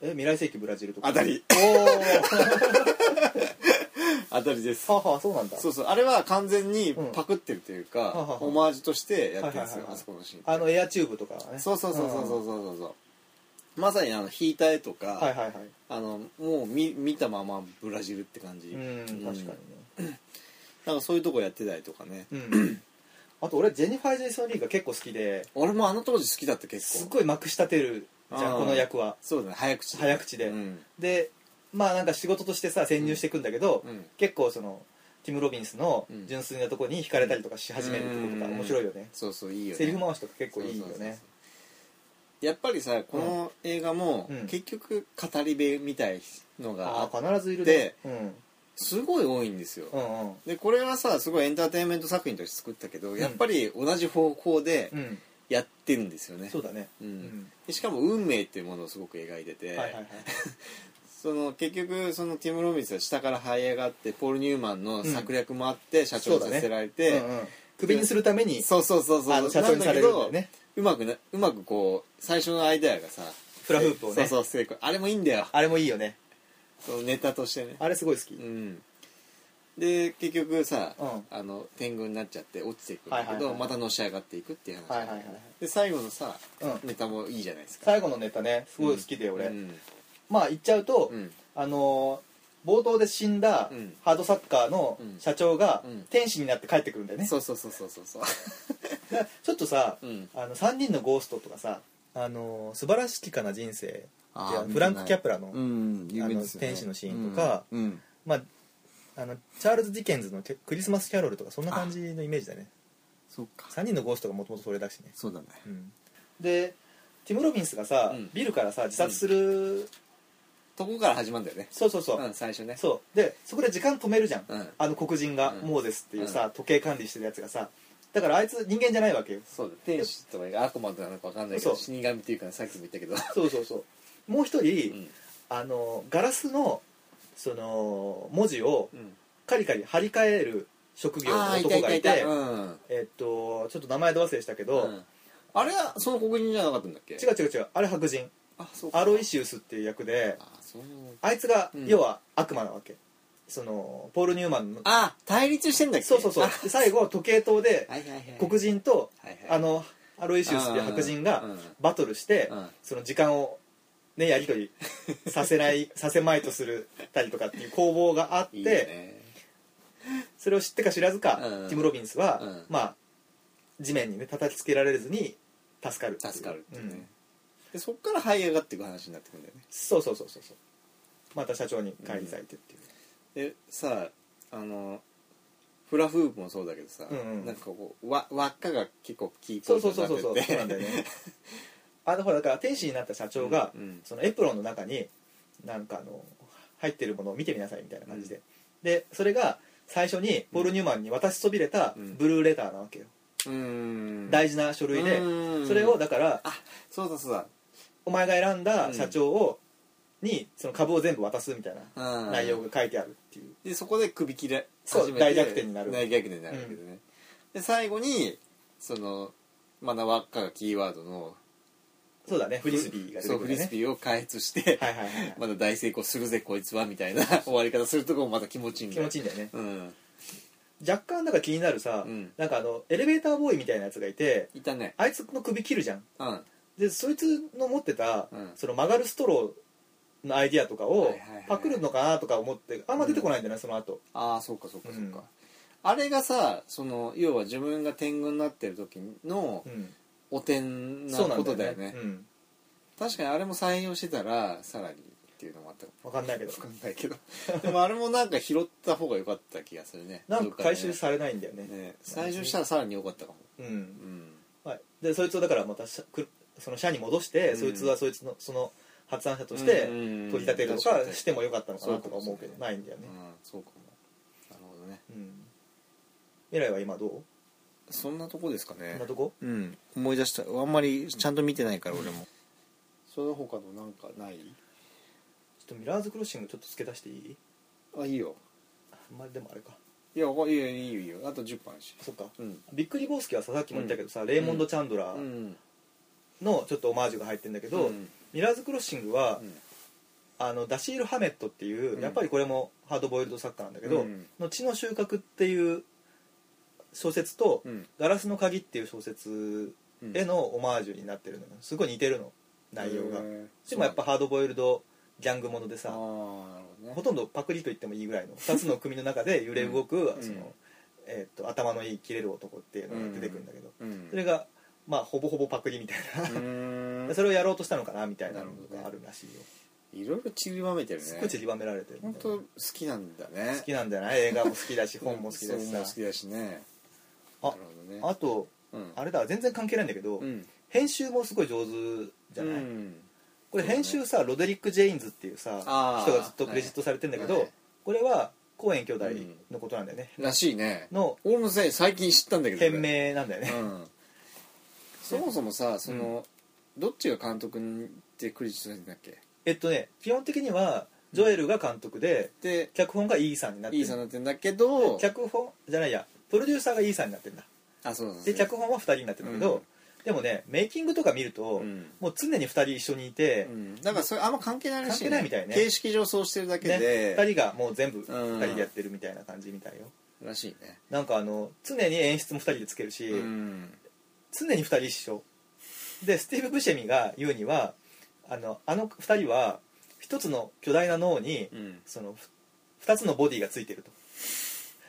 Speaker 1: え未来世紀ブラジルとか
Speaker 2: 当たり
Speaker 1: おー
Speaker 2: 当たりです
Speaker 1: はあはあそうなんだ
Speaker 2: そうそうあれは完全にパクってるというか、
Speaker 1: うんははは
Speaker 2: オマージュとしてやってる
Speaker 1: はいはいは
Speaker 2: んですよ、
Speaker 1: いはい
Speaker 2: あそこのシーン
Speaker 1: あのエアチューブとかね
Speaker 2: そうそうそうそうそうそうそうそうまさにあの引いた絵とか、
Speaker 1: うんはいはいはい
Speaker 2: あのもう見見たままブラジルって感じ、
Speaker 1: うん確かにね
Speaker 2: なんかそういうとこやってたりとかね
Speaker 1: うんあと俺ジェニファー・ジェイソン・リーが結構好きで
Speaker 2: 俺もあの当時好きだった結
Speaker 1: す
Speaker 2: 構
Speaker 1: ごいまくし立てるじゃん
Speaker 2: あー
Speaker 1: この役は
Speaker 2: そうだね早口で
Speaker 1: 早口で
Speaker 2: うん
Speaker 1: でまあなんか仕事としてさ潜入していくんだけど、
Speaker 2: うん
Speaker 1: 結構そのティム・ロビンスの
Speaker 2: うん
Speaker 1: 純粋なとこに惹かれたりとかし始めるとことか
Speaker 2: うん
Speaker 1: 面白いよね、
Speaker 2: そうそういいよね
Speaker 1: セリフ回しとか結構いいよ
Speaker 2: そうそうそう
Speaker 1: ね
Speaker 2: そうやっぱりさこの映画も
Speaker 1: うん
Speaker 2: 結局語り部みたいのがあ
Speaker 1: あ
Speaker 2: っ
Speaker 1: あ必ずいるねうん
Speaker 2: すごい多いんですよ
Speaker 1: うんうん
Speaker 2: でこれはさすごいエンターテインメント作品として作ったけど、やっぱり同じ方向で
Speaker 1: うん
Speaker 2: やってるんですよね
Speaker 1: そうだね
Speaker 2: う
Speaker 1: うん
Speaker 2: んでしかも運命っていうものをすごく描いてて、
Speaker 1: はいはいはい
Speaker 2: その結局そのティム・ロビンスは下から這い上がってポール・ニューマンの策略もあって社長にさせられて、
Speaker 1: うんうんクビにするために
Speaker 2: そうそうそうそう
Speaker 1: あの社長にされるんだよ
Speaker 2: なんだ
Speaker 1: ね
Speaker 2: けどうまくなうまくこう最初のアイデアがさ
Speaker 1: フラフープをね
Speaker 2: そうそう成功あれもいいんだよ
Speaker 1: あれもいいよね
Speaker 2: そのネタとしてね
Speaker 1: あれすごい好き、
Speaker 2: うんで結局さ、
Speaker 1: うん
Speaker 2: あの天狗になっちゃって落ちていくんだけど、
Speaker 1: はいはいはい
Speaker 2: またのし上がっていくっていう
Speaker 1: は
Speaker 2: 話、
Speaker 1: いはいはい
Speaker 2: で最後のさ、
Speaker 1: うん
Speaker 2: ネタもいいじゃないですか
Speaker 1: 最後のネタねすごい好きで俺、
Speaker 2: うん
Speaker 1: まあ言っちゃうと、
Speaker 2: うん
Speaker 1: あのー冒頭で死んだ
Speaker 2: うん
Speaker 1: ハードサッカーの
Speaker 2: うん
Speaker 1: 社長が
Speaker 2: うん
Speaker 1: 天使になって帰ってくるんだよね、
Speaker 2: そうそうそうそうそうそう
Speaker 1: だからちょっとさ、
Speaker 2: うん
Speaker 1: あの3人のゴーストとかさ「あのー素晴らしきかな人生」って
Speaker 2: あー
Speaker 1: フランク・キャプラの,、
Speaker 2: うん有名ですよ
Speaker 1: あ
Speaker 2: ね
Speaker 1: の天使のシーンとか
Speaker 2: うんうん
Speaker 1: まあ、あのチャールズ・ディケンズのけ「クリスマス・キャロル」とかそんな感じのイメージだね
Speaker 2: そうか
Speaker 1: 3人のゴーストがもともとそれだしね、
Speaker 2: そうだね
Speaker 1: うんでティム・ロビンスがさ、
Speaker 2: うん
Speaker 1: ビルからさ自殺する、
Speaker 2: とこから始まるんだよね
Speaker 1: そうそうそう、
Speaker 2: うん最初ね
Speaker 1: そうでそこで時間止めるじゃん、
Speaker 2: うん
Speaker 1: あの黒人が、
Speaker 2: うん
Speaker 1: モーゼスっていうさ時計管理してるやつがさだからあいつ人間じゃないわけよ
Speaker 2: そうだ天使とか悪魔なのか分かんないけ
Speaker 1: そ
Speaker 2: ど
Speaker 1: う
Speaker 2: 死神っていうかさっきも言ったけど
Speaker 1: そうそうそうもう一人、
Speaker 2: うん
Speaker 1: あのガラスのその文字を
Speaker 2: うん
Speaker 1: カリカリ張り替える職業の
Speaker 2: あー
Speaker 1: 男がいて
Speaker 2: うん
Speaker 1: えっとちょっと名前ど忘れしたけど、
Speaker 2: う
Speaker 1: 違うん
Speaker 2: あれはその黒人じゃなかったんだっけ
Speaker 1: 違う違うあれ白人
Speaker 2: あそうか
Speaker 1: アロイシウスっていう役で
Speaker 2: あそう
Speaker 1: あいつが、
Speaker 2: うん
Speaker 1: 要は悪魔なわけそのポール・ニューマンの
Speaker 2: あ対立してんだっけ
Speaker 1: そうそうそう
Speaker 2: あ
Speaker 1: で最後時計塔で
Speaker 2: はいはいはい
Speaker 1: 黒人と
Speaker 2: はいは
Speaker 1: あ
Speaker 2: い
Speaker 1: のアロイシウスっていう白人が
Speaker 2: うん
Speaker 1: バトルして
Speaker 2: うん
Speaker 1: その時間をねやり取 りさせないさせまいとするたりとかっていう攻防があっ
Speaker 2: いい
Speaker 1: て
Speaker 2: ね
Speaker 1: それを知ってか知らずか
Speaker 2: うん
Speaker 1: ティム・ロビンスは
Speaker 2: うん
Speaker 1: まあ地面にね叩きつけられずに助かるっていう
Speaker 2: 助かるっていううんねでそっから這い上がっていく話になってくんだよね
Speaker 1: そうそうそうそうそうまた社長に返り咲いてっていう
Speaker 2: でさあのフラフープもそうだけどさ、
Speaker 1: うんうん
Speaker 2: なんかこうわ輪っかが結構キー
Speaker 1: そ
Speaker 2: ポイ
Speaker 1: う
Speaker 2: ン
Speaker 1: そ
Speaker 2: ト
Speaker 1: うそうそうそう
Speaker 2: にな
Speaker 1: そうな
Speaker 2: ってて
Speaker 1: んだよねあのほらだから天使になった社長が、
Speaker 2: うんうん
Speaker 1: そのエプロンの中になんかあの入ってるものを見てみなさいみたいな感じで、でそれが最初にポール・ニューマンに渡しそびれた
Speaker 2: うん
Speaker 1: ブルーレターなわけよ、
Speaker 2: うーん
Speaker 1: 大事な書類で、
Speaker 2: うん
Speaker 1: それをだから
Speaker 2: あそうだそうだ
Speaker 1: お前が選んだ社長を、にその株を全部渡すみたいな
Speaker 2: うん
Speaker 1: 内容が書いてあるっていう、
Speaker 2: でそこで首切ら
Speaker 1: そう
Speaker 2: 始めて
Speaker 1: 大逆転になる
Speaker 2: 大逆転になるわけどね、で最後にそのまだ輪っかがキーワードの
Speaker 1: そうだねフリスビーが出
Speaker 2: そ
Speaker 1: て
Speaker 2: う
Speaker 1: く
Speaker 2: フ
Speaker 1: る
Speaker 2: リ
Speaker 1: ね
Speaker 2: スビーを開発して、
Speaker 1: はいはいはいはい、
Speaker 2: まだ大成功するぜこいつはみたいな終わり方するとこもまた気持ちいいん
Speaker 1: 気
Speaker 2: だよ
Speaker 1: 持ちいいんだよね
Speaker 2: うん
Speaker 1: 若干なんか気になるさ、
Speaker 2: うん
Speaker 1: なんかあのエレベーターボーイみたいなやつがいて
Speaker 2: いたね
Speaker 1: あいつの首切るじゃん
Speaker 2: うんはい
Speaker 1: でそいつの持ってた、
Speaker 2: うん
Speaker 1: その曲がるストローのアイディアとか
Speaker 2: はい
Speaker 1: を
Speaker 2: はいはい
Speaker 1: パクるのかなとか思ってあんま出てこないんだよね、その後
Speaker 2: ああそうかそうかそ
Speaker 1: う
Speaker 2: うか、
Speaker 1: ん
Speaker 2: あれがさその要は自分が天狗になってる時の
Speaker 1: うん
Speaker 2: お天な
Speaker 1: そうなん
Speaker 2: ことだよね
Speaker 1: うん、
Speaker 2: 確かにあれも採用してたらさらにっていうのもあったかも
Speaker 1: 分かんないけど
Speaker 2: わかんな いけどでもあれもなんか拾った方が良かった気がするね
Speaker 1: なんか回収
Speaker 2: どっ
Speaker 1: されないんだよね
Speaker 2: かでねね採集したらさらに良かったかも
Speaker 1: う、
Speaker 2: うんん
Speaker 1: はい、でそいつをだからまたしゃくその社に戻して、
Speaker 2: うん
Speaker 1: そいつはそいつのその発案者として
Speaker 2: うんうんうん
Speaker 1: 取り立てると
Speaker 2: 確かに確
Speaker 1: か
Speaker 2: かに
Speaker 1: してもよかったのかなとか
Speaker 2: そ
Speaker 1: 思
Speaker 2: う
Speaker 1: う
Speaker 2: か
Speaker 1: け
Speaker 2: もし
Speaker 1: ど
Speaker 2: れ
Speaker 1: ないんだよ
Speaker 2: う
Speaker 1: ね、
Speaker 2: んそうかもなるほどね
Speaker 1: うん、未来は今どう
Speaker 2: そんなとこですか
Speaker 1: こん
Speaker 2: ね
Speaker 1: なとこ
Speaker 2: うん思い出したあんまりちゃんと見てないから俺もその他のなんかない
Speaker 1: ちょっとミラーズクロッシングちょっと付け出していい
Speaker 2: あいいよ
Speaker 1: あんまりでもあれか
Speaker 2: いやいいよいいよいいよあと10分あるし
Speaker 1: そっか
Speaker 2: うん
Speaker 1: びっくりボウスキはささっきも言ったけどさ、レイモンド・チャンドラー
Speaker 2: うん
Speaker 1: のちょっとオマージュが入ってんだけど、
Speaker 2: うん
Speaker 1: ミラーズ・クロッシングは、
Speaker 2: うん
Speaker 1: あのダシール・ハメットっていう、
Speaker 2: うん
Speaker 1: やっぱりこれもハードボイルド作家なんだけど「
Speaker 2: うん
Speaker 1: の地の収穫」っていう小説と「
Speaker 2: うん
Speaker 1: ガラスの鍵」っていう小説
Speaker 2: うん
Speaker 1: へのオマージュになってるのよすごい似てるの内容が
Speaker 2: へー
Speaker 1: でもやっぱハードボイルドギャングもので
Speaker 2: ああ
Speaker 1: さ
Speaker 2: ーなるほどね
Speaker 1: ほとんどパクリと言ってもいいぐらいの2つの組の中で揺れ動く、
Speaker 2: うん
Speaker 1: そ
Speaker 2: うん
Speaker 1: のえー、と頭のいい切れる男っていうのが出てくるんだけど、
Speaker 2: うん
Speaker 1: それがまあほぼほぼパクリみたいな、
Speaker 2: う
Speaker 1: それをやろうとしたのかなみたいなの
Speaker 2: なるほどね
Speaker 1: があるらしいよ、
Speaker 2: んいろいろちりばめてるね
Speaker 1: すっごい散りばめられてる
Speaker 2: 本当好きなんだね
Speaker 1: 好きなんだよな映画も好きだし 本も好きだし
Speaker 2: 本
Speaker 1: さ
Speaker 2: も好きだしね
Speaker 1: あ
Speaker 2: なるほどね
Speaker 1: あと
Speaker 2: うん
Speaker 1: あれだ全然関係ないんだけど、
Speaker 2: うん
Speaker 1: 編集もすごい上手じゃない、
Speaker 2: うん
Speaker 1: これ編集さ、ロデリック・ジェインズっていうさ
Speaker 2: あー
Speaker 1: 人がずっとクレジットされてんだけど、
Speaker 2: はい
Speaker 1: これはコーエン兄弟のことなんだよね、
Speaker 2: らしいね
Speaker 1: の
Speaker 2: 俺もね最近知ったんだけど
Speaker 1: 店名なんだよね、
Speaker 2: うんそもそもさそのどっちが監督ってクレジットされてんだっけ
Speaker 1: えっとね基本的にはジョエルが監督で
Speaker 2: で
Speaker 1: 脚本がイーさんになって
Speaker 2: いい
Speaker 1: る
Speaker 2: さんになってんだけど
Speaker 1: 脚本じゃないやプロデューサーがイーさんになってるんだ
Speaker 2: あそうそうそ
Speaker 1: で
Speaker 2: う
Speaker 1: 脚本は2人になってるんだけど、でもねメイキングとか見ると、
Speaker 2: うん
Speaker 1: もう常に2人一緒にいて、
Speaker 2: うんだからそれあんま関係ないらしい
Speaker 1: 関
Speaker 2: ね
Speaker 1: 係ないみたいね
Speaker 2: 形式上そうしてるだけ
Speaker 1: ね、
Speaker 2: で
Speaker 1: 2人がもう全部
Speaker 2: ん
Speaker 1: 2人でやってるみたいな感じみたいよ、
Speaker 2: らしいね
Speaker 1: なんかあの常に演出も2人でつけるし、
Speaker 2: うん
Speaker 1: 常に2人一緒でスティーブ・ブシェミが言うにはあのあの2人は一つの巨大な脳に、
Speaker 2: うん
Speaker 1: そのふ二つのボディがついてると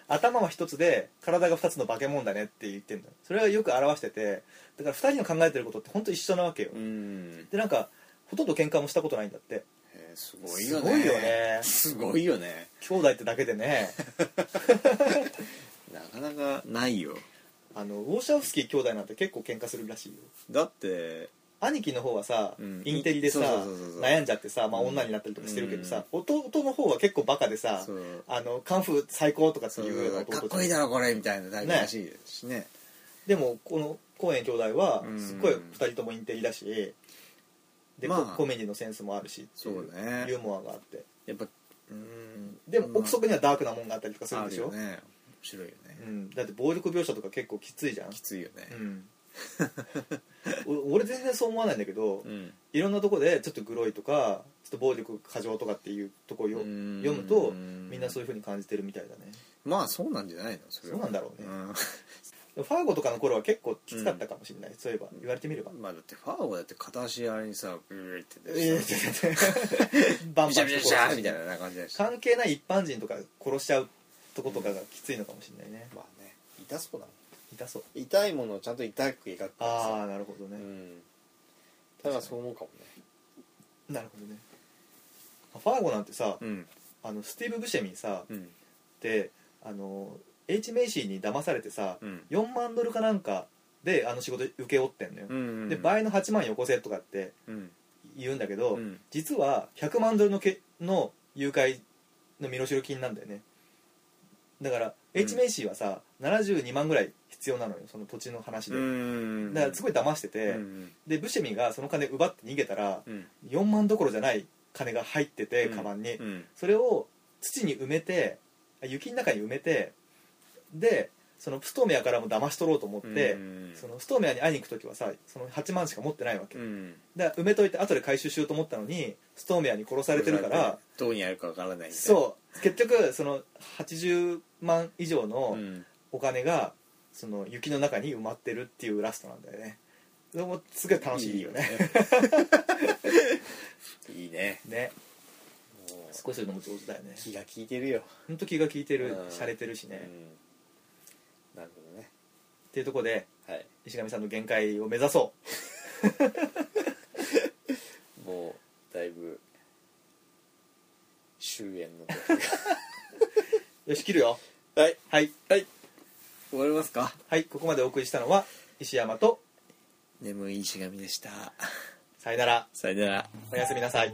Speaker 1: 頭は一つで体が二つの化け物だねって言ってるんだそれはよく表しててだから二人の考えてることって本当一緒なわけよ、
Speaker 2: うん
Speaker 1: でなんかほとんど喧嘩もしたことないんだって
Speaker 2: えーすごいよ
Speaker 1: す
Speaker 2: ね
Speaker 1: ごいよね
Speaker 2: すごいよね
Speaker 1: 兄弟ってだけでね
Speaker 2: なかなかないよ
Speaker 1: あのウォーシャウスキー兄弟なんて結構喧嘩するらしいよ
Speaker 2: だって
Speaker 1: 兄貴の方はさ、
Speaker 2: うん
Speaker 1: インテリでさ
Speaker 2: そうそうそうそう
Speaker 1: 悩んじゃってさ、まあ、女になったりとかしてるけどさ、弟の方は結構バカでさ
Speaker 2: そう
Speaker 1: あのカンフー最高とかって
Speaker 2: そう
Speaker 1: いう弟
Speaker 2: かっこいいだろこれみたいなタイプらしいですしね
Speaker 1: でもこの公園兄弟は
Speaker 2: うん
Speaker 1: すっごい2人ともインテリだしで、
Speaker 2: まあ
Speaker 1: ココメディのセンスもあるしってい
Speaker 2: そうね
Speaker 1: ユーモアがあって
Speaker 2: やっぱうん
Speaker 1: でも憶測にはダークなもんがあったりとかする
Speaker 2: あ
Speaker 1: んで
Speaker 2: る
Speaker 1: しょ、
Speaker 2: よね面白いよね
Speaker 1: うん、だって暴力描写とか結構きついじゃん
Speaker 2: きついよね
Speaker 1: うん、お俺全然そう思わないんだけど、
Speaker 2: うん
Speaker 1: いろんなとこでちょっとグロいとかちょっと暴力過剰とかっていうとこをよ
Speaker 2: うん
Speaker 1: 読むとみんなそういうふうに感じてるみたいだね
Speaker 2: まあそうなんじゃないのそれ
Speaker 1: そ
Speaker 2: は
Speaker 1: うなんだろうね、
Speaker 2: うん
Speaker 1: でもファーゴとかの頃は結構きつかったかもしれない、そういえば言われてみれば、
Speaker 2: まあだってファーゴだって片足あれにさブーって出
Speaker 1: いやいや
Speaker 2: て
Speaker 1: い
Speaker 2: さ
Speaker 1: やいや バンバン
Speaker 2: ビシャビシャビシャみたい
Speaker 1: な
Speaker 2: な感じだし
Speaker 1: 関係ない一般人とか殺しちゃうとことかがきついのかもしれないね、
Speaker 2: まあね痛そうだもん
Speaker 1: 痛そう
Speaker 2: 痛いものをちゃんと痛く描くから
Speaker 1: あ
Speaker 2: さ
Speaker 1: あなるほどね
Speaker 2: う、んただそう思うかもね
Speaker 1: なるほどねファーゴなんてさ、
Speaker 2: うん
Speaker 1: あのスティーブ・ブシェミンさ、
Speaker 2: うん
Speaker 1: であの H メイシーに騙されてさ、
Speaker 2: うん
Speaker 1: 4万ドルかなんかであの仕事請け負ってんのよ、
Speaker 2: うん
Speaker 1: で倍の8万よこせとかって
Speaker 2: うん
Speaker 1: 言うんだけど、
Speaker 2: うん
Speaker 1: 実は100万ドルのけの誘拐の身代金なんだよねだから
Speaker 2: うん
Speaker 1: H メイシーはさ72万ぐらい必要なのよその土地の話で、
Speaker 2: うん
Speaker 1: だからすごい騙してて、
Speaker 2: うん
Speaker 1: でブシェミがその金奪って逃げたら
Speaker 2: うん
Speaker 1: 4万どころじゃない金が入ってて
Speaker 2: うん
Speaker 1: カバンに、
Speaker 2: うん
Speaker 1: それを土に埋めてあ雪の中に埋めてでそのストーメアからも騙し取ろうと思って、
Speaker 2: うん
Speaker 1: そのストーメアに会いに行く時はさその8万しか持ってないわけ、
Speaker 2: うん
Speaker 1: だから埋めといて後で回収しようと思ったのにストーメアに殺されてるから
Speaker 2: どうにやるかわからないみたいな
Speaker 1: そう結局その80万以上の
Speaker 2: ん
Speaker 1: お金がその雪の中に埋まってるっていうラストなんだよねそれもすごい楽しいよね
Speaker 2: いいね
Speaker 1: ね
Speaker 2: もう
Speaker 1: 少しでも上手だよね
Speaker 2: 気が利いてるよ
Speaker 1: ほんと気が利いてる
Speaker 2: うん
Speaker 1: 洒落てるし
Speaker 2: う
Speaker 1: ね、っ
Speaker 2: んなるほどね
Speaker 1: ていうところで
Speaker 2: はい
Speaker 1: 石上さんの限界を目指そう
Speaker 2: もうだいぶ終焉の時
Speaker 1: よし切るよ
Speaker 2: がはい
Speaker 1: はい
Speaker 2: はい終わりますか
Speaker 1: はいここまでお送りしたのは石山と
Speaker 2: 眠い石神でした
Speaker 1: さよなら
Speaker 2: さよなら
Speaker 1: おやすみなさい